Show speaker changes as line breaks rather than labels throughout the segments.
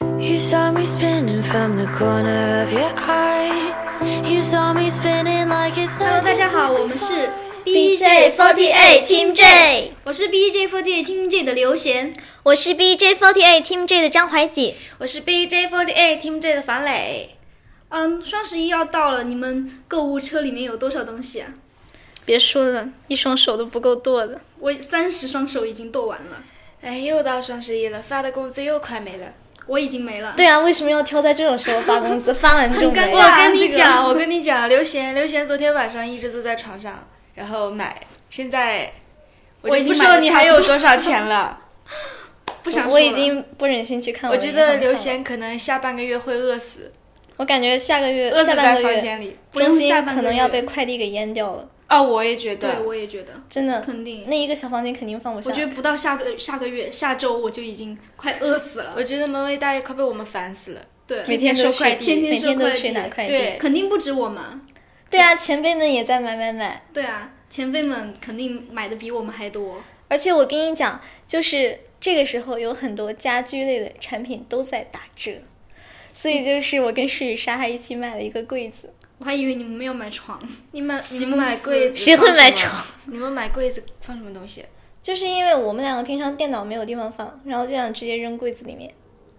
You saw me spinning from the corner of your eye. You saw me spinning like it's
Hello，
not
大
just
家
a
好，我
season
们是
BJ48 Team J，
我是 BJ48 Team J 的刘贤，
我是 BJ48 Team J 的张怀瑾。
我是 BJ48 Team J 的樊磊。嗯，双十一要到了，你们购物车里面有多少东西啊？
别说了，一双手都不够剁的。
我三十双手已经剁完了，
哎，又到双十一了，发的工资又快没了。
我已经没了。
对啊，为什么要挑在这种时候发工 资？发完就
很尴
没
尬
了。
我跟你
这个
讲，我跟你讲，刘贤，刘贤昨天晚上一直坐在床上，然后买，现在我
我
就
已经
不
买
说
得
你
差
还
不多
有多少钱了。
不想
我
说
我已
了
经不忍心去看
我
我的
觉
银行卡了。
得刘贤可能下半个月会饿死，
我感觉下个月
饿死
下
在
半个
房
月，
间里。
不用
中心
下半个
可能
月
要被快递给淹掉了。
哦，我也觉
对，
得，
我也觉得，
真的，
肯定
那一个小房间肯定放不下。
我觉得不到下个下个月下周我就已经快饿死了。
我觉得门卫大爷快被我们烦死了。
对，
每天收
都去
快递
天天
每
收
天都
快
去
递
拿快递。
对
肯定不止我们。
对啊，前辈们也在买买买。
对啊，前辈们肯定买的比我们还多。
而且我跟你讲，就是这个时候有很多家居类的产品都在打折，所以就是我跟诗雨莎还一起买了一个柜子。
我还以为你们没有买床，
你们
席
你们
梦
买
思
柜子，
谁会买床？
你们买柜子放什么东西？
就是因为我们两个平常电脑没有地方放，然后就想直接扔柜子里面。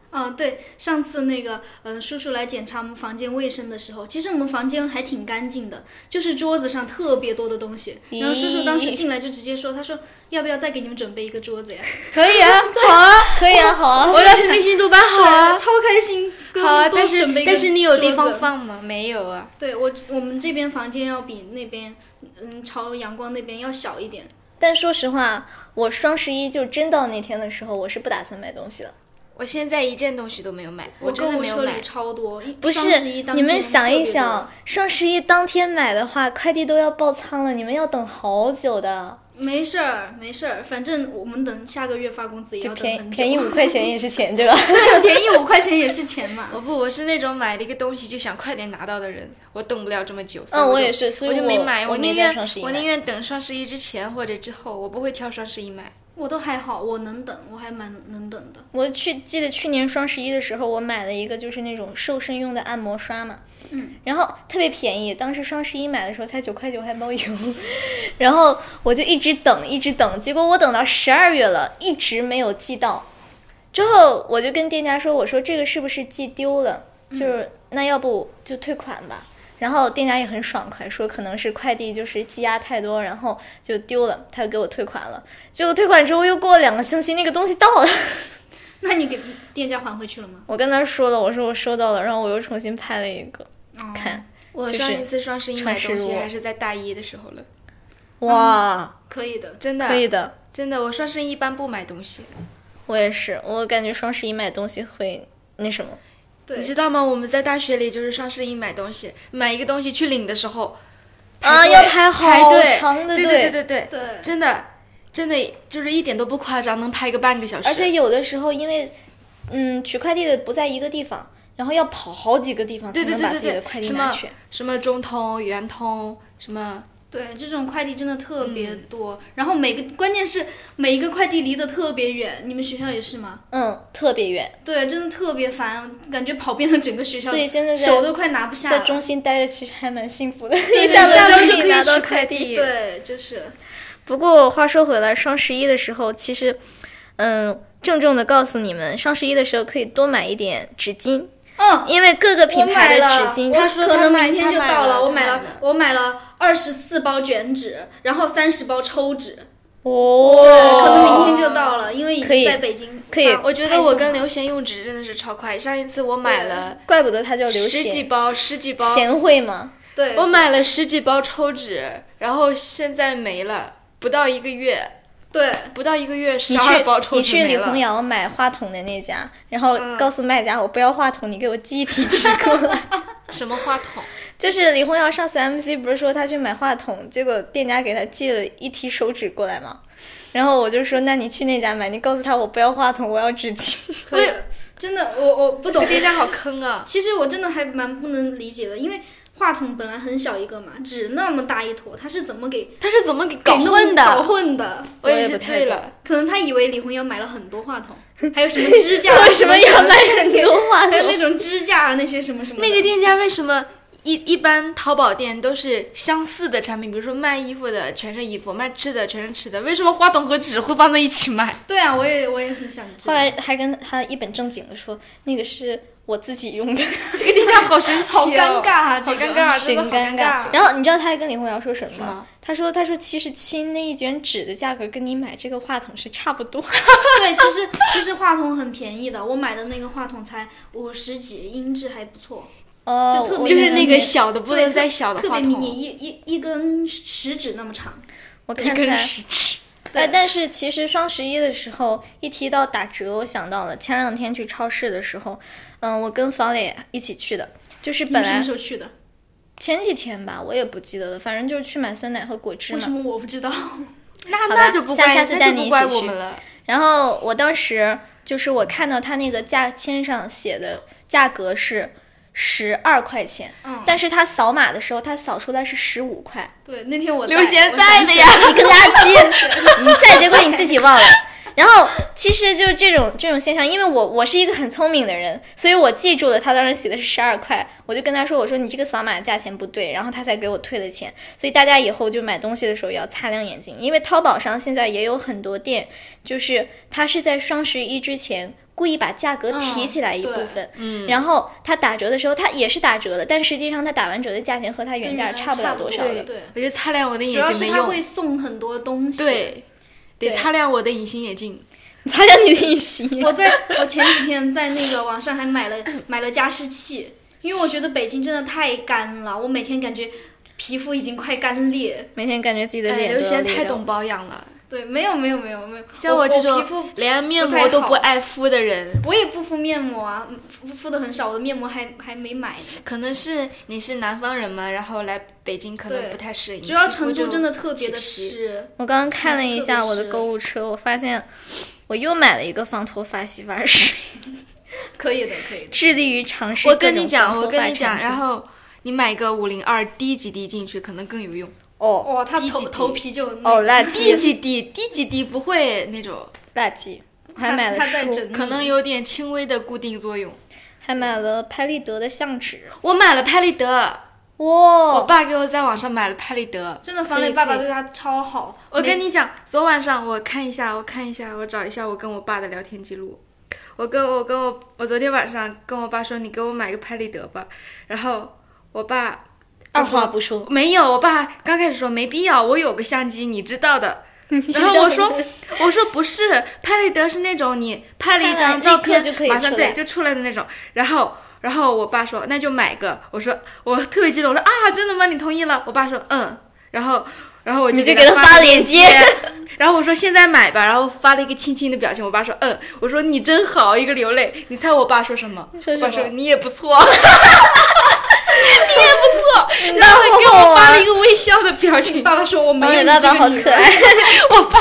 嗯，对，上次那个，嗯，叔叔来检查我们房间卫生的时候，其实我们房间还挺干净的，就是桌子上特别多的东西。然后叔叔当时
咦
进来就直接说：“他说要不要再给你们准备一个桌子呀，
可以 啊，好啊，
可以啊，好啊，
我要是内心鲁班？”好 啊
超开心，给我
好啊，
们多
但是
准备一个
但是你有地
桌
方
子？
放吗？没有啊。
对我，我们这边房间要比那边，嗯，朝阳光那边要小一点。
但说实话，我双十一就真到那天的时候，我是不打算买东西的。
我现在一件东西都没有买，我
购
真的
物
没有
车
买
里。超多，一
不
双
是
十一，当
你们
天
想一
特别多
想，，双十一当天买的话，快递都要爆仓了，你们要等好久的，
没事儿，没事儿，反正我们等下个月发工资也
就
要等
便宜
很久。
便宜五块钱也是钱，对吧？
对， 便宜五块钱也是钱嘛。
我不，我是那种买了一个东西就想快点拿到的人，我等不了这么久。所以
嗯，
就
我也，是，所以
我就没买，
我
宁
没在
愿
双十一
我
买
宁愿等双十一之前或者之后，我不会挑双十一买。
我都还好，我能等，我还蛮能等的。
我去记得去年双十一的时候，我买了一个就是那种瘦身用的按摩刷嘛，
嗯，
然后特别便宜，当时双十一买的时候才九块九还包邮， 然后我就一直等一直等，结果我等到十二月了，一直没有寄到，之后我就跟店家说，我说这个是不是寄丢了？就是那要不就退款吧。然后店家也很爽快，说可能是快递就是积压太多，然后就丢了，他就给我退款了。结果退款之后又过了两个星期，那个东西到了。
那你给店家还回去了吗？
我跟他说了，我说我收到了，然后我又重新拍了一个
哦
看，
我
就是
上一次双十一买东
诚实
西
我
还是在大一的时候了，嗯
哇，
可以的。
真的，
可以的，
真的，我双十一一般不买东西，
我也是，我感觉双十一买东西会那什么，
对
你知道吗？我们在大学里就是双十一买东西，买一个东西去领的时候，
啊
队
要排好
排队
长的
对
队
对对
对
对对，真的，真的就是一点都不夸张，能排个半个小时。
而且有的时候因为，嗯，取快递的不在一个地方，然后要跑好几个地方才
对对
能
对
把
对
自己的
对
快递
什
拿
么
去。
什么中通、圆通，什么
对，这种快递真的特别多，
嗯
然后每个关键是每一个快递离得特别远，你们学校也是吗？
嗯，特别远，
对，真的特别烦，感觉跑遍了整个学校，
所以现在在
手都快拿不下
在
了。
中心待着其实还蛮幸福的，
对
一
下
楼可
楼就可以
以拿到
取
快
快
递
递。
对，就是
不过话说回来，双十一的时候，其实，嗯，郑重的告诉你们，双十一的时候可以多买一点纸巾，
嗯。
因为各个品
我
牌
买
的
了，
纸巾，
我
它
他说
可
他
能
买
明天
他
就
买
到
了
我
他
买
买
了
了，
我买了二十四包卷纸，然后三十包抽纸，
哦
可能明天就到了，因为已
可以
经在北京发。
可以
我觉得我跟
派送了
刘贤用纸真的是超快。上一次我买了
怪不得它叫刘
十几
贤
包，十几包，
贤惠嘛。
对
我买了十几包抽纸，然后现在没了，不到一个月，
对
不到一个月
你
十
去
二包抽
你
纸
去
没
李红
了。
瑶买话筒的那家，然后
嗯
告诉卖家我不要话筒，你给我寄一体纸 过来。
什么话筒？
就是李红瑶上次 MC 不是说她去买话筒，结果店家给她寄了一提手纸过来嘛。然后我就说，那你去那家买，你告诉他我不要话筒，我要纸巾。
可以，真的，我我不懂。
店家好 坑啊！
其实我真的还蛮不能理解的，因为话筒本来很小一个嘛，纸那么大一坨，他是怎么给
他是怎么给搞
给弄
混
搞
的？
混的。
我
我
也
也
不
是
太
醉
懂
了。
可能他以为李红瑶买了很多话筒，还有什么支架，
为什么要买很多话
啊那些什么什么的
那个店家为什么一一般淘宝店都是相似的产品，比如说卖衣服的全是衣服，卖吃的全是吃的，为什么花筒和纸会放在一起卖？
对啊，我也我也很想知道。
后来还跟他一本正经的说，那个是我自己 用的，
这个店家好神奇、哦，
好尴尬啊，
好
这
尴
个
尬啊，真
挺
的好
尴
尬。
然后你知道他还跟李红瑶说什么
什么
吗？他说：“他说其实亲那一卷纸的价格跟你买这个话筒是差不多。
对，其实其实话筒很便宜的，我买的那个话筒才五十几，音质还不错，”
哦，
就特
我
别
就是那
对
个小的不能
对
再小的
特
话
别
筒，
迷你，一一一根食指那么长。
我
一
看
根
看。
食指。
哎，但是其实双十一的时候，一提到打折，我想到了前两天去超市的时候，嗯，我跟房磊一起去的，就是
你
本
们什
来
么时候去的？
前几天吧，我也不记得了，反正就是去买酸奶和果汁
为什
嘛。
么我不知道？
那
吧
那就不
下
怪，
下次带
那就
你
不
一
怪
起
我
去
们了。
然后我当时就是我看到他那个价签上写的价格是十二块钱，
嗯
但是他扫码的时候，他扫出来是十五块，
对，那天我
刘贤在
在
的呀，
你个垃 圾，你在结果你自己忘了。然后其实就是这种这种现象，因为我我是一个很聪明的人，所以我记住了他当时写的是十二块，我就跟他说我说你这个扫码的价钱不对，然后他才给我退了钱。所以大家以后就买东西的时候也要擦亮眼睛，因为淘宝上现在也有很多店，就是它是在双十一之前。故意把价格提起来一部分，嗯，然后它打折的时候，它也是打折的，但实际上它打完折的价钱和它原价差不了多少
差不
的
多。对
我觉得擦亮我的
主
眼
要
睛
是
没
他会
用，
送很多东西。，
对，
对
得擦亮我的隐形眼镜。
擦亮你的隐形眼
我在我前几天在那个网上还买了买了加湿器，因为我觉得北京真的太干了，我每天感觉皮肤已经快干裂。
每天感觉自己的
哎，
脸都
刘
要
贤
裂
太
掉
懂保养了，
对，没有没有没有没有，
像
我
这
皮肤
种连面
不太
膜都不
好
爱敷的人，
我也不敷面膜啊，敷敷的很少，我的面膜还还没买呢。
可能是你是南方人嘛，然后来北京可能
对
不太适应。
主要
嗯皮肤
成都
就
真的特别的
起皮
湿，
我刚刚看了一
嗯
下
特别
我的
是
购物车，我发现我又买了一个防脱发洗发水，
可以的可以的。
致力于尝试
我
各
跟你
种
讲，
防
我
脱发
跟你讲，
产品
然后你买个五零二滴几滴进去，可能更有 用。
哦
哇，他
滴几
头
滴
头皮就
嗯
那
哦
个
垃
滴
圾
几滴，滴几滴不会那种，
垃圾，我还买了
他在
书
整，
可能有点轻微的固定作用。
还买了拍立得的相纸，
我买了拍立得，我
哇，
爸给我在网上买了拍立得。
真的房
可
磊
以
爸爸
可以
对他超好。
我跟你讲，昨晚上我看一下，我看一下，我找一下我跟我爸的聊天记录。我跟我跟我我昨天晚上跟我爸说，你给我买个拍立得吧。然后我爸
二话不说，
没有，我爸刚开始说没必要，我有个相机，你知 道的。然后我说，我说不是，拍立得是那种你拍了一张照
拍完
片
立刻就可以
马上
出来
对就出来的那种。然后，然后我爸说那就买个，我说我特别激动，我说啊真的吗？你同意了？我爸说嗯，然后然后我
你
就
就给他
发
发
了一个
链接，
然后我说现在买吧，然后发了一个亲亲的表情。我爸说嗯，我说你真好，一个流泪。你猜我爸说什么？
说什么
我爸说你也不错，你也不错。然后还给
好
我
啊
发了一个微笑的表情。
爸爸说我没
王
有
磊
你
爸
这
爸
个
好
女
可
人
爱。
我爸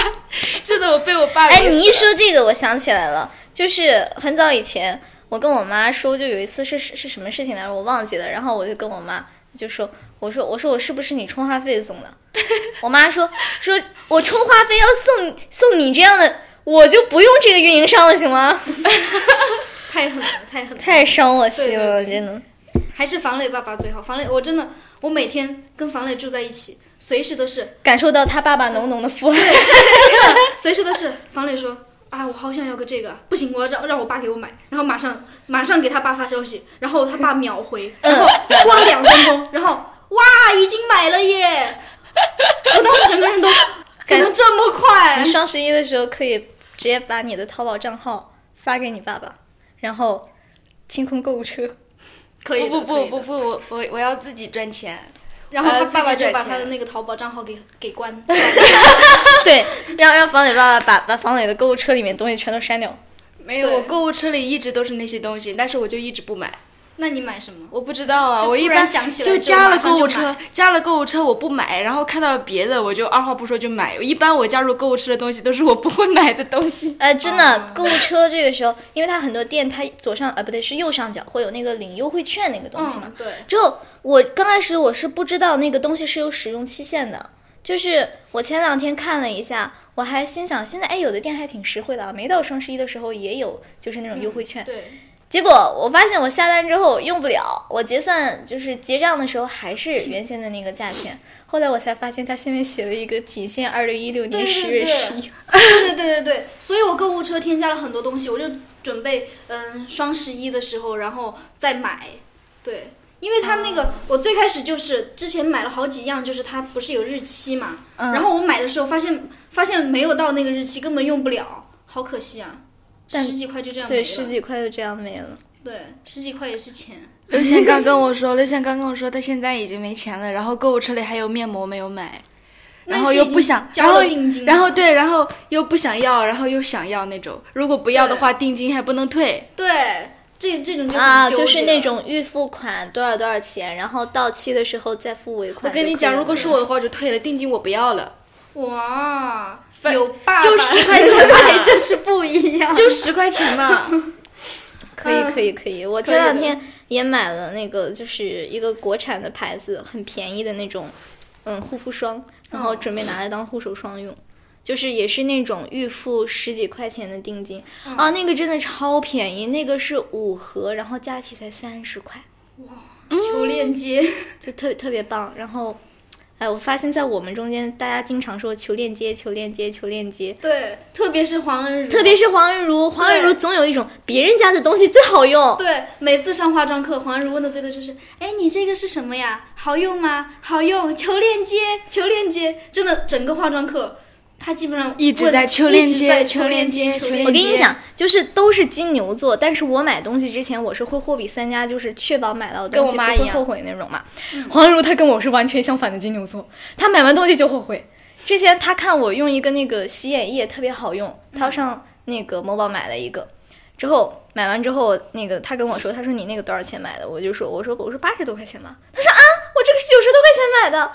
真的我被我爸
哎，
累死
你一
了
说这个，我想起来了，就是很早以前，我跟我妈说，就有一次是是是什么事情来着，我忘记了。然后我就跟我妈就说，我说我说我是不是你充话费送的？ 我妈说说我充话费要送送你这样的，我就不用这个运营商了，行吗？
太狠了，太狠了，
太伤我心了，
对对对
真的。
还是房磊爸爸最好。房磊，我真的，我每天跟房磊住在一起，随时都是，
感受到他爸爸浓浓的父爱，
随时都是。房磊说啊，我好想要个这个，不行，我要让让我爸给我买，然后马上马上给他爸发消息，然后他爸秒回，然后过了两分钟，然后哇，已经买了耶！我当时整个人 都怎么这么快
你？ 双十一的时候可以直接把你的淘宝账号发给你爸爸，然后清空购物车。
可以的
不
可以
不
的
不不不，我我我要自己赚钱。
然后
呃
他
自
爸爸
己
就
赚
把
钱
他的那个淘宝账号给给 关。
对，让让房磊爸爸把把房磊的购物车里面东西全都删掉。
没有，
对
我购物车里一直都是那些东西，但是我就一直不买。
那你买什么？
我不知道啊，
就
我一
突然
般
想起来
就
就
加了
马上
购
就
物车
买，
加了购物车我不买，然后看到别的我就二话不说就买。一般我加入购物车的东西都是我不会买的东西。
哎，真的，购物车这个时候，因为它很多店，它左上啊不对是右上角会有那个领优惠券那个东西嘛
嗯，。对，
之后我刚开始我是不知道那个东西是有使用期限的，就是我前两天看了一下，我
嗯
还心想现在哎有的店还挺实惠的啊，没到双十一的时候也有就是那种优惠券。
对，
结果我发现我下单之后我用不了，我结算就是结账的时候还是原先的那个价钱。后来我才发现它下面写了一个仅限二零一六
对
年
对
十月
对
十一。
对对对对对，所以我购物车添加了很多东西，我就准备嗯双十一的时候然后再买，对，因为它那
哦
个、我最开始就是之前买了好几样，就是它不是有日期嘛，
嗯
然后我买的时候发现发现没有到那个日期，根本用不了，好可惜啊，
但
十几块就这样没
对，
了，
十几块就这样没了。
对十几块也是钱，
刘倩刚跟我说，刘倩刚跟我说，她现在已经没钱了，然后购物车里还有面膜没有买，然后
那是
又
已
不
经
想，然
交
后
了定金，
然后对，然后又不想要，然后又想要那种，如果不要的话，定金还不能退。
对这这种就很
啊，
纠
就是
结
那
了
种预付款多少多少钱，然后到期的时候再付尾款
我
就可以
跟
了。
你讲，如果是我的话，我就退了，定金我不要 了，
哇，有爸爸
就十 块钱
对，
嘛，
就是不一样。
就十块钱嘛。
可以可以嗯可以，我前两天也买了那个，就是一个国产的牌子，很便宜的那种，嗯，护肤霜，然后准备拿来当护手霜用，就是也是那种预付十几块钱的定金啊，那个真的超便宜，那个是五盒，然后加起才三十块，
求链接。
就特特别棒。然后，哎，我发现在我们中间，大家经常说求链接，求链接，求链接。
对，特别是黄恩如，
特别是黄韵如，黄韵如
对
总有一种别人家的东西最好用，
对，每次上化妆课，黄恩如问的最多就是：“哎，你这个是什么呀？好用吗？好用，求链接，求链接。”真的，整个化妆课，他基本上
一直
问
在求链
一直
接
在
求
求
链
链接，
接
求
求
链
链
我
接。
跟你
接
讲，就是都是金牛座，但是我买东西之前我是会货比三家，就是确保买到的东西
跟
不
我妈一
会
样
后悔那种嘛。黄如她跟我是完全相反的金牛座，她买完东西就后悔。之前她看我用一个那个洗眼液特别好用，
嗯
她上那个某宝买了一个，之后买完之后，那个她跟我说，她说你那个多少钱买的？我就说我说我说八十多块钱嘛。她说啊，我这个是九十多块钱买的。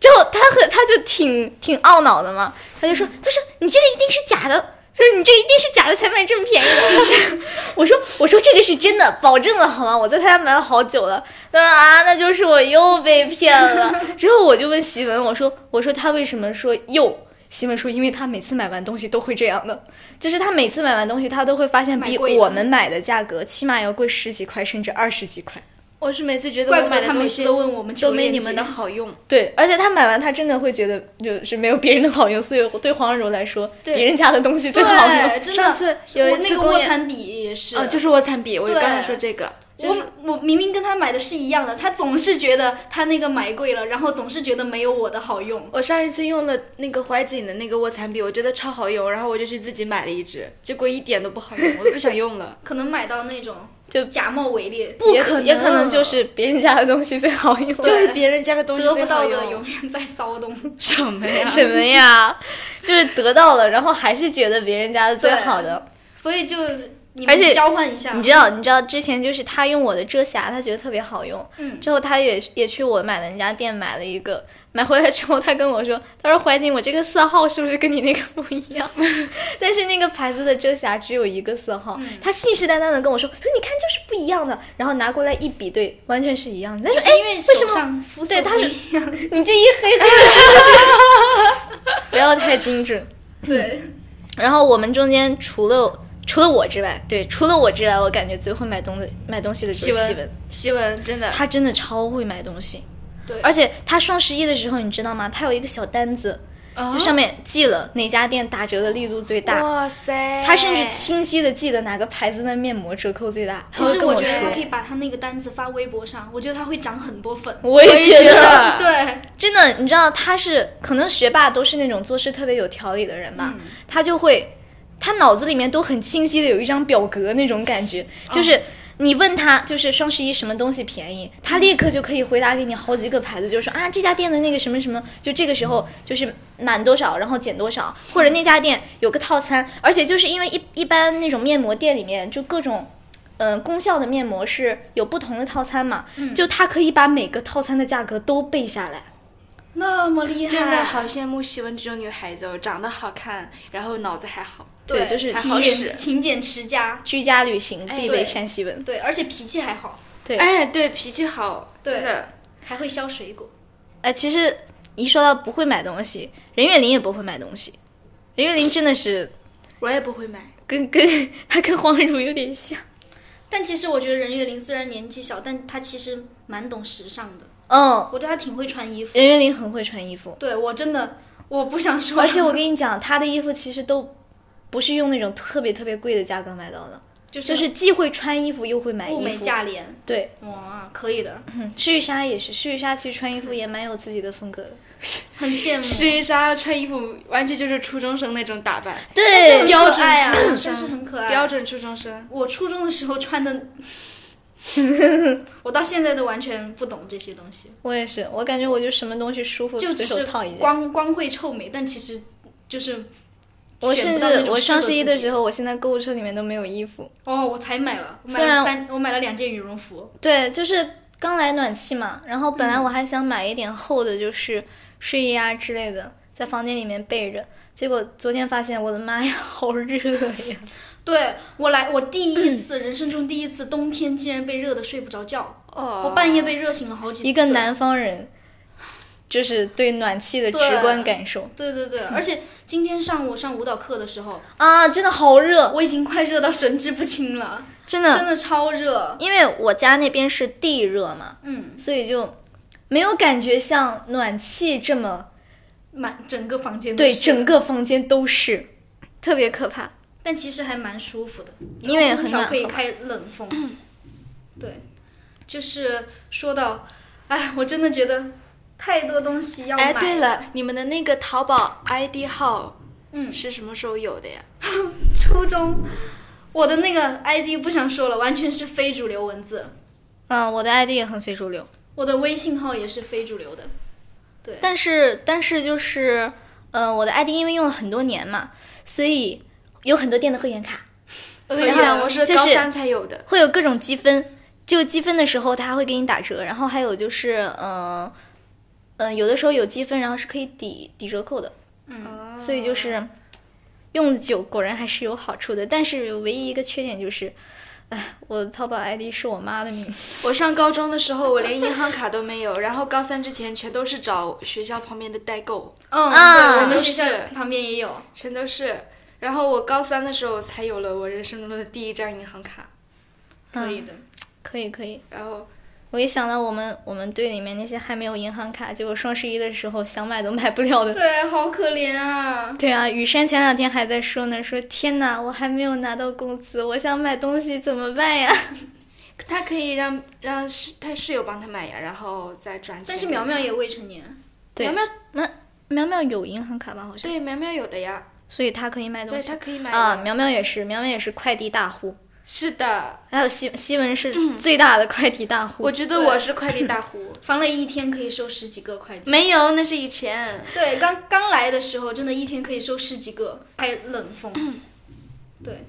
之后他很他就挺挺懊恼的嘛，他就说
嗯
他说你这个一定是假的。说你这一定是假的才卖这么便宜 的，我说我说这个是真的，保证了好吗？我在他家买了好久了。他说啊，那就是我又被骗 了。之后我就问席文，我说我说他为什么说又？席文说，因为他每次买完东西都会这样的，就是他每次买完东西，他都会发现
买
比
贵的
我们买的价格起码要贵十几块甚至二十几块。
我是每次觉得
怪
我
不
买
得
的
他每
东
次
西
都问我们求
都没
链
你
接
们的好用。
对，而且他买完，他真的会觉得就是没有别人的好用，所以对黄柔来说，
对
别人家的东西最好用。
对，真的。
上次有一
我
次
那个
公
卧
演
蚕笔也是，
哦，就是卧蚕笔，我
对
刚才说这个，就是
我我明明跟他买的是一样的，他总是觉得他那个买贵了，然后总是觉得没有我的好用。。
我上一次用了那个怀瑾的那个卧蚕笔，我觉得超好用，然后我就去自己买了一支，结果一点都不好用，我都不想用 了
可能买到那种
就
假冒伪劣，
不
也
可能
也可能就是别人家的东西最好用。
就是别人家的东西
得不
最好
到
用
的永远在骚动。
什么呀？
什么呀？就是得到了，然后还是觉得别人家的最好的。
所以就你
而且
们交换一下，
你知道，你知道之前就是他用我的遮瑕，他觉得特别好用。
嗯
之后他也也去我买的那家店买了一个，买回来之后他跟我说，他说怀瑾，我这个色号是不是跟你那个不一样？ 但是那个牌子的遮瑕只有一个色号，他信誓旦旦的跟我说，说你看就是不一样的，然后拿过来一比对，完全是一样的。但
就是是因为
哎什
手
么
上肤色
对他
不
是
一样，
哎，你这一黑黑的，不要太精准。
对，
嗯然后我们中间除了除了我之外，对，除了我之外，我感觉最会买东西买东西的就是
希
希
文
文，
希文真的，
他真的超会买东西。
对
而且他双十一的时候，你知道吗？他有一个小单子，
啊
就上面记了哪家店打折的力度最大，
哇塞，
他甚至清晰的记得哪个牌子的面膜折扣最大。
其实
他会跟
我
我
觉得他
说
可以把他那个单子发微博上，我觉得他会涨很多粉。
我
我
也
也
觉
觉
得，
得
对，
真的，你知道他是可能学霸都是那种做事特别有条理的人吧，他就会，他脑子里面都很清晰的有一张表格那种感觉，就是你问他就是双十一什么东西便宜，他立刻就可以回答给你好几个牌子，就说啊这家店的那个什么什么，就这个时候就是满多少，然后减多少，或者那家店有个套餐，而且就是因为一一般那种面膜店里面就各种。嗯、功效的面膜是有不同的套餐嘛？就他可以把每个套餐的价格都背下来，
那么厉害，
真的好羡慕希文这种女孩子哦，长得好看，然后脑子还好。
对，
就是
还
勤
好使
俭勤俭持家，
居家旅行必
哎对
备山西文。
对，而且脾气还好，
对
哎，对，脾气好，
对
真的。
还会削水果。
呃，其实一说到不会买东西，任月玲也不会买东西。任月玲真的是
我也不会买，
跟跟她跟黄如有点像，
但其实我觉得任月玲虽然年纪小，但她其实蛮懂时尚的。
嗯，
我觉得她挺会穿衣服。
任云林很会穿 衣服，
对我真的，我不想说。
而且我跟你讲，她的衣服其实都不是用那种特别特别贵的价格买到的，
就
就是是既会穿衣服又会买
物美
衣服。
价廉。
对，
哇，可以的，
嗯，施玉莎也是，施玉莎其实穿衣服也蛮有自己的风格的。
很羡慕。
施一莎穿衣服完全就是初中生那种打扮，
但是很
对，
可
标准
爱啊，
初中
但是
生
很可爱。
标准初中生。
我初中的时候穿的，我到现在都完全不懂这些东西，
我也是，我感觉我就什么东西舒服
就
随
只
手
是
套一件。
光光会臭美，但其实就是
我
选
甚
不
至
到那种
我
适
双
合
十一
自
的
己
时候，我现在购物车里面都没有衣服。
哦，我才买了，我买
虽然
了三，我买了两件羽绒服，
对，就是刚来暖气嘛，然后本来我还想买一点厚的，就是睡衣啊之类的，在房间里面备着。结果昨天发现，我的妈呀， 好热呀！
对我来，我第一次、人生中第一次冬天竟然被热的睡不着觉，
哦，
我半夜被热醒了好几次。
一个南方人，就是对暖气的直观感受
对对对，而且今天上午上舞蹈课的时候，
啊，真的好热，
我已经快热到神志不清了，
真
真
的，
的超热。
因为我家那边是地热嘛，
嗯，
所以就没有感觉像暖气这么
满整个房间都
对
是
整个房间都是，特别可怕。
但其实还蛮舒服的，
因为
空
很
调
暖
可以
和
开冷风。 对，就是说到，哎，我真的觉得太多东西要买。
哎，对，了，你们的那个淘宝 ID 号
嗯，
是什么时候有的呀？
初中我的那个 ID 不想说了，完全是非主流文字，
嗯，我的 ID 也很非主流。
我的微信号也是非主流的。
但是但是就是，呃，我的 ID 因为用了很多年嘛，所以有很多店的会员卡，
我跟你
然
讲，
后
我是
就
高
是
三才有的。
会有各种积分，就积分的时候他会给你打折，然后还有就是，呃，呃，有的时候有积分，然后是可以抵抵折扣的，
嗯
哦所以就是用的久果然还是有好处的，但是唯一一个缺点就是，哎，我的淘宝 ID 是我妈的名字，
我上高中的时候，我连银行卡都没有，然后高三之前全都是找学校旁边的代购，
嗯，
啊
对，我们
是
学校旁边也有。
全都是。然后我高三的时候才有了我人生中的第一张银行卡，
可以的，
嗯可以可以，
然后
我一想到我们我们队里面那些还没有银行卡，结果双十一的时候想买都买不了的
对，好可怜啊！
对啊，雨山前两天还在说呢，说天哪，我还没有拿到工资，我想买东西怎么办呀？
他可以让让室他室友帮他买呀，然后再转钱给他。
但是苗苗也未成年，
对
苗苗
苗苗有银行卡吧？好像，
对苗苗有的呀，
所以她可以买东
对
西。
他可以买
啊，
的
苗苗也是，苗苗也是快递大户，
是的，
还有西西文是最大的快递大户。
我觉得我是快递大 户。
防了一天可以收十几个快递。
没有，那是以前。
对，刚刚来的时候，真的一天可以收十几个，还冷风。 对，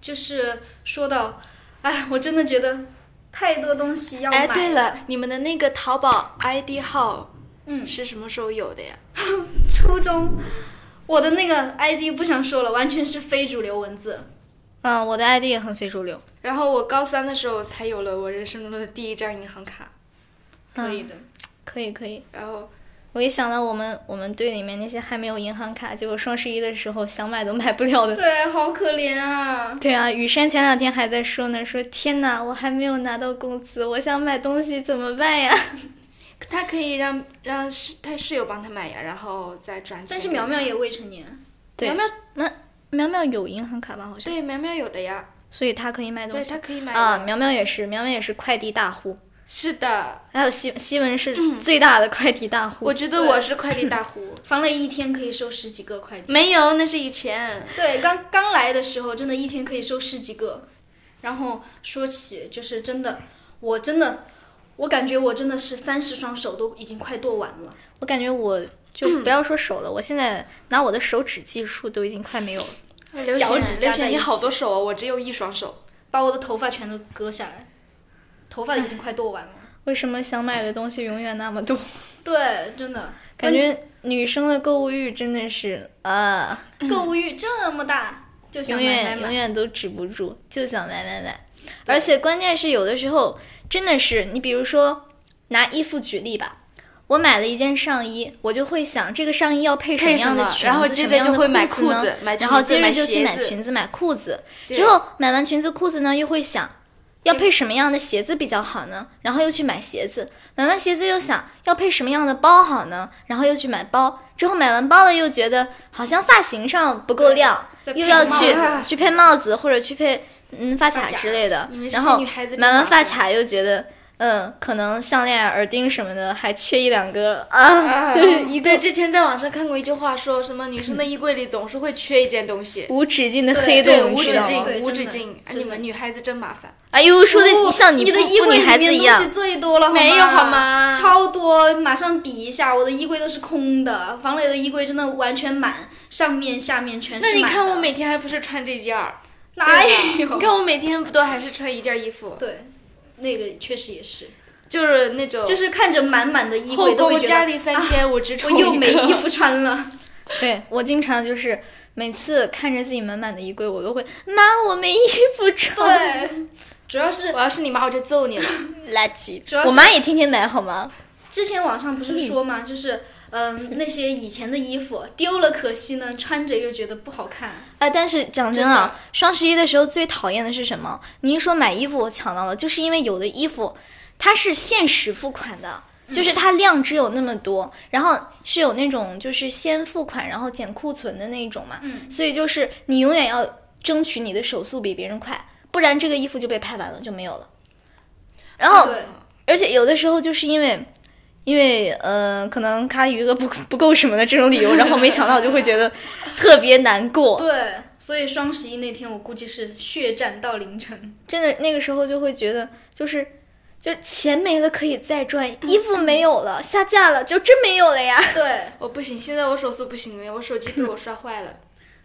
就是说到，哎，我真的觉得太多东西要买。
哎，对，了，你们的那个淘宝 ID 号
嗯，
是什么时候有的呀？
初中我的那个 ID 不想说了，完全是非主流文字。
嗯，我的 ID 也很非主流。
然后我高三的时候才有了我人生中的第一张银行卡，
可以的，
可以可以，
然后
我一想到我们我们队里面那些还没有银行卡，结果双十一的时候想买都买不了的。
对，好可怜啊！
对啊，雨山前两天还在说呢，说天哪，我还没有拿到工资，我想买东西怎么办呀？
他可以让让室他室友帮他买呀，然后再转钱给他。
但是苗苗也未成年，
对
苗苗
苗苗有银行卡吧？好像，
对苗苗有的呀，
所以她可以买东
对
西
他可以买
啊。
的
苗苗也是，苗苗也是快递大户，
是的，
还有西西文是最大的快递大户。
嗯我觉得我是快递大户。
防了一天可以收十几个快递。
没有，那是以前。
对，刚刚来的时候，真的一天可以收十几个。然后说起，就是真的，我真的，我感觉我真的是三十双手都已经快剁完了。
我感觉我
嗯
就不要说手了，我现在拿我的手指技术都已经快没有了。
哎刘
脚
璇
趾，
刘
扎在
璇，你
一
好
起
多手哦，我只有一双手。
把我的头发全都割下来，头发已经快剁完了。
哎
为什么想买的东西永远那么多？
对，真的
嗯
感觉女生的购物欲真的是啊，
嗯
购物欲这么大，就想
永
买买
远永
买。
远都止不住，就想买买买。而且关键是有的时候真的是，你比如说拿衣服举例吧。我买了一件上衣，我就会想这个上衣要配什么样的
配什么
裙子，
然后接着就会买
什么样的
裤子买裙子
然后接着就去买
买鞋子
裙子、买裤子。之后买完裙子、裤子呢，又会想要配什么样的鞋子比较好呢？然后又去买鞋子，买完鞋子又想要配什么样的包好呢？然后又去买包，之后买完包了又觉得好像发型上不够亮，
再配
又要
帽
去
子
去配帽子或者去配嗯发卡
发卡
之类的
你们，是
然后
女孩子真
买完
麻
发
烦
卡又觉得。嗯，可能项链、耳钉什么的还缺一两个啊，就
对
是一个
对，之前在网上看过一句话，说什么女生的衣柜里总是会缺一件东西，
无止境的
对
黑
对，
洞，
无
你
止
知道
境
吗？
对，
无止
真的
境。哎
真
你
的
们女孩子真麻烦。
哎呦，说的
不
像你
你
不
的衣
不
柜
女
里
孩子
面
一
东西
样，
最多了，
没有好
吗？
吗
超多，马上比一下，我的衣柜都是空的，房磊的衣柜真的完全满，上面下面全是
那你
满
看
的
我每天还不是穿这件 儿？
哪
对吧
有？
你看我每天不都还是穿一件衣服，
对，那个确实也是，
就是那种
就是看着满满的衣
后
柜都
宫
会觉
佳
得啊
丽三千，啊我只
我
穿
又
一
没
个
衣服穿了。
对我经常就是每次看着自己满满的衣柜，我都会妈，我没衣服穿，
对，主要是
我要是你妈，我就揍你 了。
垃圾
主要。
我
是
妈也天天买好吗？
之前网上不是说嘛，就是嗯、那些以前的衣服丢了可惜呢，穿着又觉得不好看。
哎，但是讲真
真
啊，双十一的时候最讨厌的是什么？你一说买衣服，我抢到了，就是因为有的衣服它是限时付款的。就是它量只有那么多，然后是有那种就是先付款然后减库存的那一种嘛，
嗯
所以就是你永远要争取你的手速比别人快，不然这个衣服就被拍完了就没有了。然后
对，
而且有的时候就是因为，因为呃，可能咖喱余额不不够什么的这种理由，然后没抢到就会觉得特别难过。
对，所以双十一那天我估计是血战到凌 晨。
真的那个时候就会觉得，就是就钱没了可以再赚，衣服没有了下架了就真没有了呀。
对，
我不行，现在我手速不行了，我手机被我刷坏了。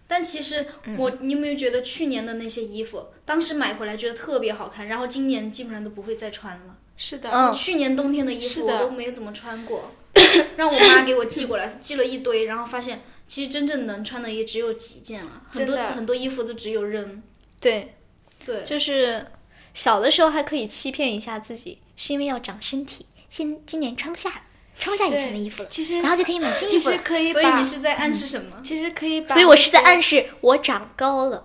但其实
嗯
我，你有没有觉得去年的那些衣服，当时买回来觉得特别好看，然后今年基本上都不会再穿了。
是的，
嗯
去年冬天的衣
是
服
的
我都没怎么穿过，让我妈给我寄过来，寄了一堆，然后发现其实真正能穿的也只有几件了，很多
真的
很多衣服都只有扔。
对，
对，
就是小的时候还可以欺骗一下自己，是因为要长身体，今今年穿不下了，穿不下以前的衣服了，
其实
然后就可以买新衣
其
服
实
了。
可以
所以
把
你，是在暗
嗯
示什么？
其实可以把，
所以我是在暗示我长高了。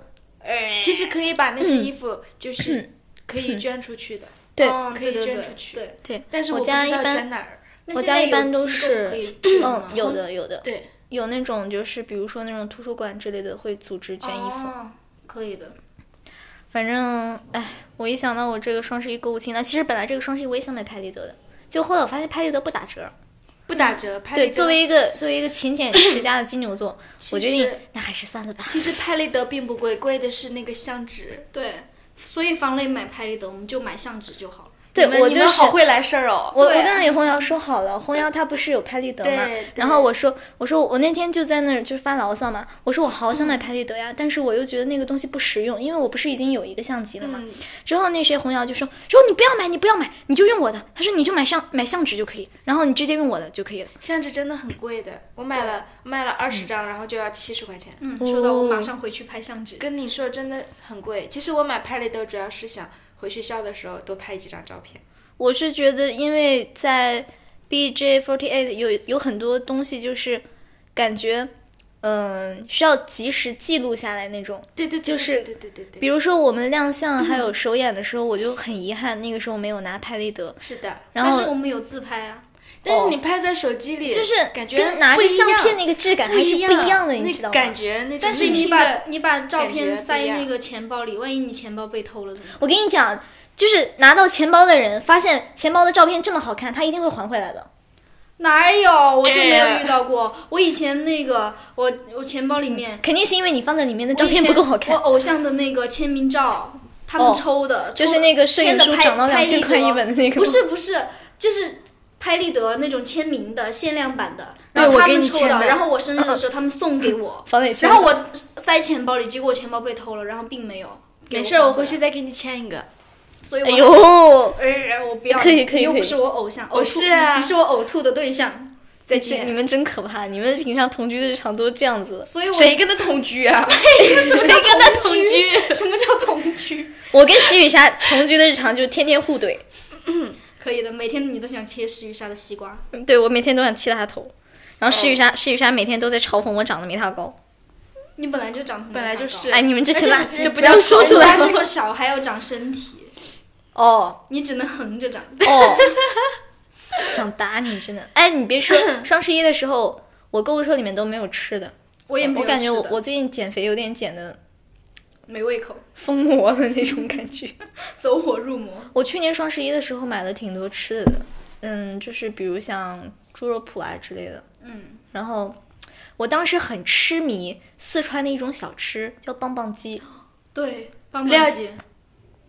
其实可以把那些嗯衣服就是可以捐出去的，嗯
对
哦
可
对
以
对
捐
对
出去
对，
对，
但是
我
不知
家
道
一般
捐哪儿。
那
我
现
家
在
一
有
般都
机构
是
可以捐
嗯
吗，
有的有的，
对，
有那种就是比如说那种图书馆之类的会组织捐衣服。
哦可以的。
反正哎，我一想到我这个双十一购物清单，其实本来这个双十一我也想买拍立得的，就后来我发现拍立得不打折。
不打折。拍立
对，
得
作为一个作为一个勤俭持家的金牛座，
其
我决定
实
那还是算了吧。
其实拍立得并不贵，贵的是那个相纸。
对，所以房磊买拍立得，我们就买相纸就好了。
对
你们
我
你
就
们
是
好会来事儿哦。
我我
对啊
跟李红瑶说好了，红瑶她不是有拍立得嘛
对对，
然后我说我说我那天就在那儿就是发牢骚嘛，我说我好
嗯
想买拍立得呀，但是我又觉得那个东西不实用，因为我不是已经有一个相机了嘛。
嗯
之后那谁红瑶就说说你不要买，你不要买，你就用我的。他说你就买相买相纸就可以，然后你直接用我的就可以了。
相纸真的很贵的，我买了卖了二十张，然后就要七十块钱。
嗯，说到我马
哦
上回去拍相纸。
跟你说，真的很贵。其实我买拍立得主要是想回学校的时候多拍几张照片。
我是觉得，因为在 BJ48 有有很多东西，就是感觉，嗯、需要及时记录下来那种。
对对，对
就是
对对对对
比
对，
如说我们亮相还有首演的时候，我就很遗憾，那个时候没有拿拍立得。
是的。
然
但是我
后
们有自拍啊，
但是你拍在手机里，
就是
感觉
跟拿
不
着
一
相
样
片那个质感
不
还是不一样的，你知道
那
吗？
感觉那种
但是
内
你
心
把
的
你把照
感觉
片
不一
塞那
样
个钱包里，万一你钱包被偷了怎么办？
我跟你讲，就是拿到钱包的人发现钱包的照片这么好看，他一定会还回来的。
哪有？我就没有
哎
遇到过。我以前那个，我我钱包里面
肯定是因为你放在里面的嗯照
我以
片
前
不够好看
我。偶像的那个签名照，他们
哦
抽的，
就是
抽的
那个摄影
签的
书
拍
涨到
拍
2000
立得
块一本的那个
不
吗，
是不是，就是拍立得那种签名的限量版的，
对
然后
我
他
给
们
你
抽
签
到，
的
然后我生日的时候他们送给我
房磊签
然后
的
我塞钱包里，结果我钱包被偷了，然后并没有。给
没事儿，
还
我回
来
去，再给你签一个。
所以我
哎呦，
哎，我不要，
可以可以
你又
可以
不是我偶像，
我
呕吐
是啊
你是我呕吐的对象，再
这你
见。
们真可怕！你们平常同居的日常都是这样子的。
所以我
谁跟他同居啊？
什么
谁
叫
跟他同
居？
居？
什么叫同居？
我跟石雨霞同居的日常就是天天互怼，
可以的，每天你都想切石鱼沙的西瓜。
对我每天都想气她头。然后
哦
石雨莎，石雨莎每天都在嘲讽我长得没她高。
你本来就长得没
本来就是
高
哎，你们这些垃
而且人
圾就不要说出来
人家这
了。
个小还要长身体，
哦
你只能横着长。
哦， 想打你真的。哎，你别说，双十一的时候我购物车里面都没有吃的，
我也没有
我感觉
吃
我
的
我最近减肥有点减的
没胃口，
疯魔的那种感觉。
走火入魔。
我去年双十一的时候买了挺多吃的的，嗯，就是比如像猪肉脯啊之类的，
嗯，
然后我当时很痴迷四川的一种小吃，叫棒棒鸡。
对，棒
料
棒鸡，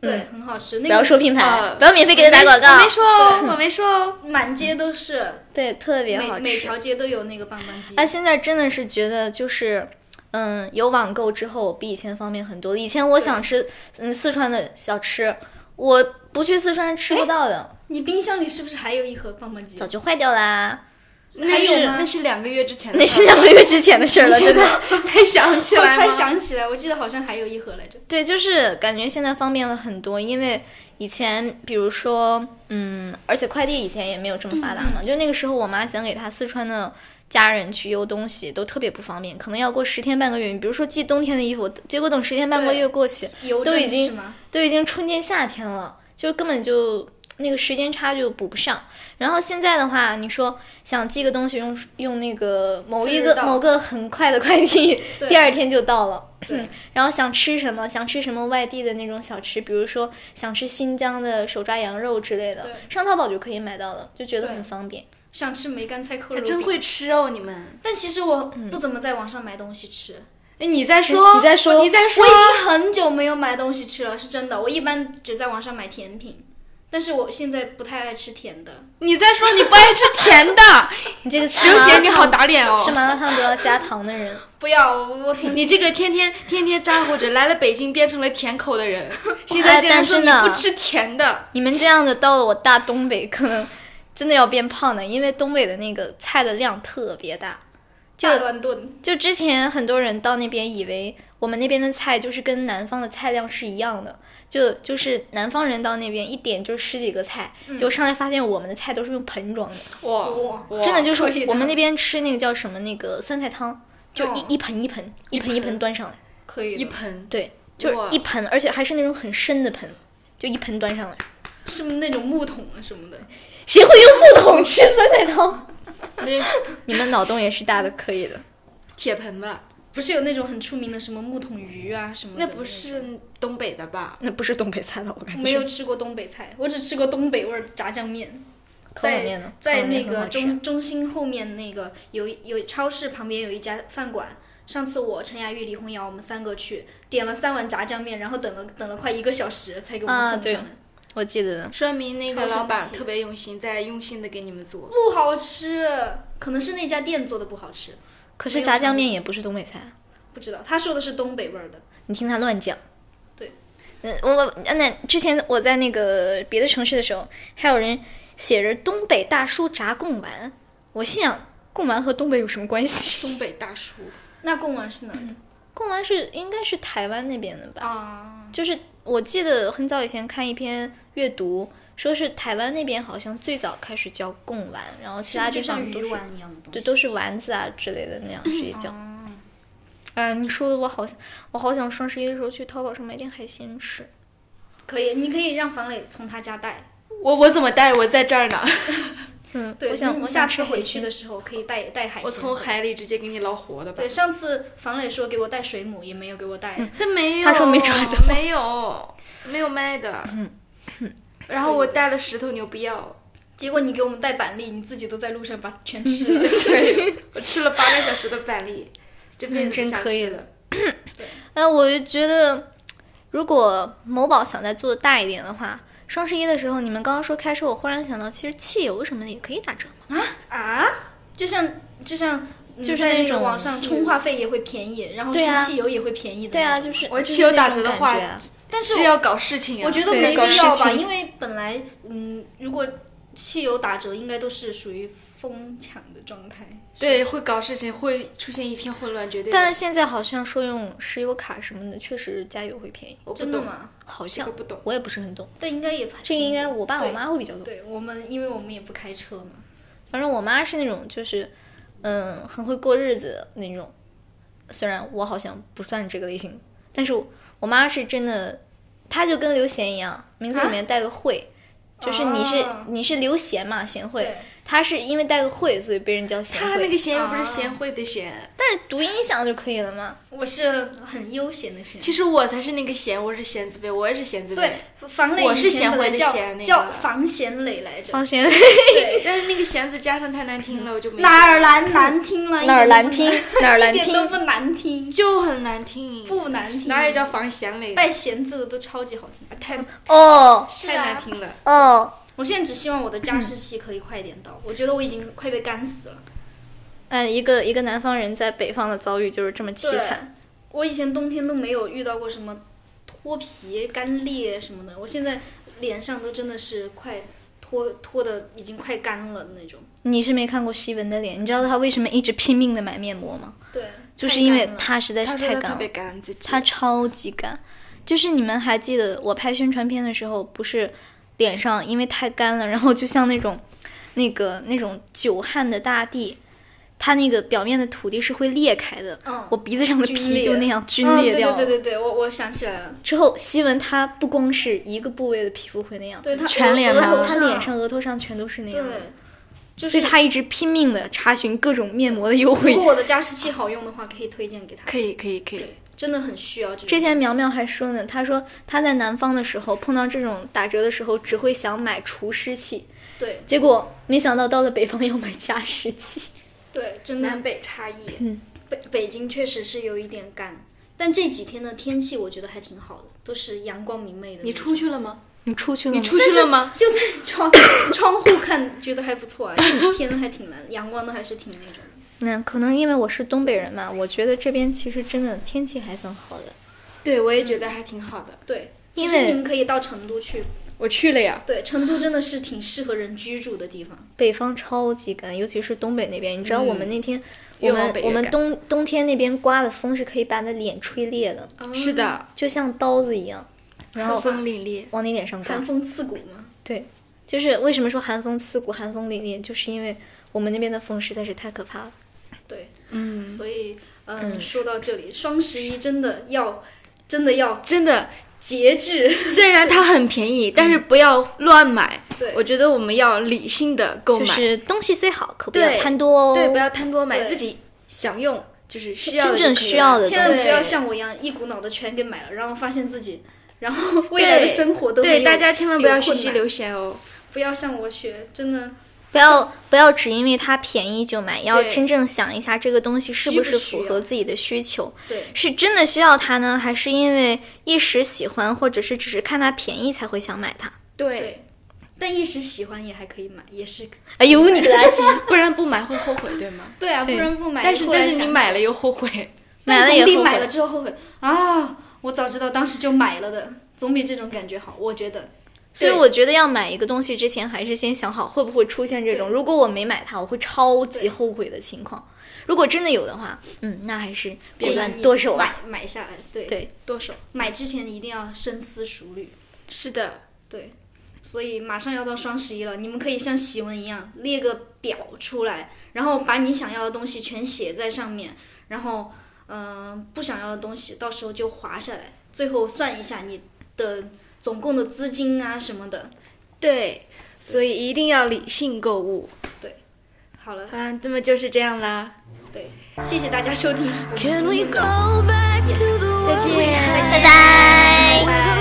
对，很好吃。
嗯不
那
要
个
说品牌，
呃
不要免费给他打广
我
告
没。说哦，我没说哦。
满街都是，
对，特别好
每每
吃。
条街都有那个棒棒鸡
哎，。现在真的是觉得就是。嗯，有网购之后比以前方便很多了。以前我想吃嗯四川的小吃，我不去四川吃不到的，
你冰箱里是不是还有一盒棒棒鸡
早？就坏掉啦。
那
有
是
吗
那是两个月之前 的
那
事
是
儿，
两个月之前的事儿了，真的。
才想起
我
来吗
才想起来，我记得好像还有一盒来着。
对，就是感觉现在方便了很多，因为以前比如说，嗯，而且快递以前也没有这么发达嘛，就那个时候我妈想给她四川的家人去邮东西都特别不方便，可能要过十天半个月。你比如说寄冬天的衣服，结果等十天半个
对
月过去，
邮
都
政
已经
是吗？
都已经春天夏天了，就根本就那个时间差就补不上。然后现在的话，你说想寄个东西用用那个某
次
一
日
个
到
某个很快的快递，
对
第二天就到了。嗯
对，
然后想吃什么，想吃什么外地的那种小吃，比如说想吃新疆的手抓羊肉之类的
对，
上淘宝就可以买到了，就觉得
对
很方便。
想吃梅干菜扣
还
肉
真
饼。
会吃哦，你们。
但其实我不怎么在网上买东西吃，
哎，你再说，
你再说
你再说
我。已经很久没有买东西吃了，是真的。我一般只在网上买甜品，但是我现在不太爱吃甜的。
你再说，你不爱吃甜 的，
你这个吃
刘
麻
贤
辣
你
烫
好打脸哦。
吃麻辣烫都要加糖的人，
不要，我我曾
你这个天天天天咋呼着来了北京变成了甜口的 人，现在
哎
竟然
但
说
是
你
呢
不吃甜的，
你们这样的到了我大东北，可能真的要变胖的，因为东北的那个菜的量特别大。
大乱炖，
就之前很多人到那边以为我们那边的菜就是跟南方的菜量是一样的，就就是南方人到那边一点就是十几个菜，结果上来发现我们的菜都是用盆装的，
哇
哇
真的
就
就是
可以的
我们那边吃那个叫什么那个酸菜汤，就一、一盆一盆一盆一盆端上来，
可以的
嗯一盆，
对，就是
哇
一盆，而且还是那种很深的盆，就一盆端上来。
是那种木桶啊什么的。
谁会用木桶吃酸菜汤？
那
你们脑洞也是大的，可以的。
铁盆吧？
不是有那种很出名的什么木桶鱼啊什么的？
那不是东北的吧？
那不是东北菜了，我感觉。
没有吃过东北菜，我只吃过东北味儿炸酱面，
烤冷面
在
呢，
在
烤冷面
那
哦很好
个
吃
中中心后面那个有有超市旁边有一家饭馆。上次我陈雅玉、李红瑶，我们三个去点了三碗炸酱面，然后等了等了快一个小时才给我们
啊
送
对
上来，
我记得的。
说明那
超
个
神
老板
奇
特别用心，在用心的给你们做。
不好吃，可能是那家店做的不好吃，
可是炸酱面也不是东北菜啊，
不知道。他说的是东北味儿的，
你听他乱讲。
对，
嗯，我我那之前我在那个别的城市的时候，还有人写着东北大叔炸贡丸，我心想贡丸和东北有什么关系？
东北大叔，
那贡丸是哪
嗯
儿的
贡丸是应该是台湾那边的吧？
啊？
就是我记得很早以前看一篇阅读，说是台湾那边好像最早开始叫贡丸，然后其他地
就像
方都
鱼
是
丸一样的东西。
对都是丸子啊之类的那样直接叫。哎，你说的我好，我好想双十一的时候去淘宝上买点海鲜吃。
可以，你可以让房磊从他家带。
我我怎么带？我在这儿呢，
嗯，
对，
我想
你
我
下
想吃
次
海
回去
鲜
的。时候可以带带海鲜。
我从。海里直接给你捞活的吧
对，。上次房磊说给我带水母，也没有给我带。
嗯
这没有，
他说没抓到嗯
没有，没有卖的。 然后我带了石头牛 不要，
结果你给我们带板栗，你自己都在路上把全吃了。
嗯
对，我吃了八个小时的板栗，这辈
嗯
子
真
不想
可以
吃
了。哎，我就觉得，如果某宝想再做大一点的话，双十一的时候，你们刚刚说开车，我忽然想到，其实汽油什么的也可以打折嘛。
啊？
就像就像嗯
就是
在
那
那个
种
网上充话费也会便宜，然后
对啊
充汽油也会便宜的
对
那
啊，
种
就是
我
就是
汽油
那
打
种
折的
感
话
觉啊
但是
这要搞事情啊！
我觉得
对
没
搞
必要
事
吧，
情
因为本来嗯，如果汽油打折，应该都是属于疯抢的状态。
对，会搞事情，会出现一片混乱，绝对的。
但是现在好像说用石油卡什么的，确实加油会便宜，
我不
真的
懂，
吗？
好
这
像
个不懂。
我也不是很懂。
但应该也
这个应该我爸我
对
妈会比较懂。
对我们，因为我们也不开车嘛。
反正我妈是那种就是，嗯，很会过日子那种。虽然我好像不算这个类型，但是我我妈是真的他就跟刘贤一样，名字里面带个慧，就是你是、
哦
你是刘贤嘛，贤惠
对，
他是因为带个慧，所以被人叫贤
他
惠。
那个贤又不是
啊
贤惠的贤，
但是读音像就可以了嘛。
我是很悠闲的
嗯
闲。
其实我才是那个贤，我是贤字辈，我也是贤字
对
辈。，
房磊
我是
以前
贤
本来
惠的
叫
贤那
叫
个
房贤磊来着。
放心，
对，
但是那个贤字加上太难听了，我就没
哪儿难难听了？
哪儿
一点都
难
不
听 哪儿难
一点都
听。
不难听，
就很难听，
不难听
哪有叫房贤磊？
带闲字的都超级好听。
太
哦
太难。听了。
哦，
我现在只希望我的加湿器可以快一点到，我觉得我已经快被干死了。
嗯，一个一个南方人在北方的遭遇就是这么凄惨。
我以前冬天都没有遇到过什么脱皮、干裂什么的，我现在脸上都真的是快脱脱的已经快干了那种。
你是没看过希文的脸，你知道他为什么一直拼命的买面膜吗？
对，
就是因为
太干了
他实在是
他说
太
他
干
特
了
别，干，自己
他超级干。就是你们还记得我拍宣传片的时候，不是脸上因为太干了，然后就像那种那个那种久旱的大地，它那个表面的土地是会裂开的。
嗯
我鼻子上的
皲
皮
裂
就那样皲
嗯，
裂
对
掉
对
了。
对对对，我我想起来了，
之后，希文他不光是一个部位的皮肤会那样，
对他
全
额
脸
额
吗
头
他脸上、额头上全都是那
对
样的。，
就是
所以他一直拼命的查询各种面膜的优
如
惠
果。我的加湿器好用的话，可以推荐给他。
可以可以可以
对，真的很需要这种东西。
之前苗苗还说呢，她说她在南方的时候碰到这种打折的时候，只会想买除湿器，
对
结果没想到到了北方要买加湿器。
对，真的
南北差异。
嗯
北北京确实是有一点干，但这几天的天气我觉得还挺好的，都是阳光明媚的那种。
你出去了吗？
你出去了
你
吗？
出去了吗？
就在窗窗户看，觉得还不错啊，天还挺蓝，阳光的还是挺那种的。
那、可能因为我是东北人嘛，我觉得这边其实真的天气还算好的。
对，我也觉得还挺好的。
对，其
因
实
为
你们可以到成都去，
我去了呀，
对，成都真的是挺适合人居住的地方。
北方超级干，尤其是东北那边。你知道我们那天，
越
我
往
们
北越
我们
干
冬冬天那边刮的风是可以把你的脸吹裂的，
是的，
就像刀子一样，然
和
后
嗯风凛冽。
往你脸上刮
寒。风刺骨嘛，
对，就是为什么说寒风刺骨、寒风凛冽，就是因为我们那边的风实在是太可怕了。
对，
嗯，
所以嗯，
嗯
说到这里，双十一真的要真的要
真的，
节制，
虽然它很便宜，但是不要乱买。
对
我觉得我们要理性的购
就
买，
是东西虽好，可不要
对
贪多哦。
对，不要贪多买，
对
自己想用就是需要的
真正
就可以
需要
了
的
千万
东
不
西。
要像我一样一股脑的全给买了，然后发现自己，然后未来的生活都没
对
有
大家千万不要
有
学
困
习
难
刘贤 哦，
不要向我学，真的
不要不要只因为它便宜就买，要
对
真正想一下这个东西是
需不
不是
需
符
要
合自己的需求，
对。
是真的需要它呢，还是因为一时喜欢，或者是只是看它便宜才会想买它？
对，
但一时喜欢也还可以买，也是
哎呦，你个垃 圾！
不然不买会后悔，对吗？
对啊，
对
不然不买。
但是
后来
但是
想
你
起
买了又后悔，
但
买了也
总比
后
买
悔
了之后后悔啊！我早知道当时就买了的，总比这种感觉好，我觉得。
所以
对
我觉得要买一个东西之前，还是先想好会不会出现这种，
对
如果我没买它，我会超级后悔的情况。如果真的有的话，嗯，那还是果
建议
断
你
剁手吧。
啊
买买下来，对
对
剁手。
买之前一定要深思熟虑，
是的，
对。所以马上要到双十一了，你们可以像喜文一样列个表出来，然后把你想要的东西全写在上面，然后嗯、呃不想要的东西到时候就划下来，最后算一下你的总共的资金啊什么的。
对，所以一定要理性购物。
好了，
嗯，那么就是这样啦，
对，谢谢大家收听，我们今
Can we
天的
go back to the
再
world
见，
拜拜。
拜拜。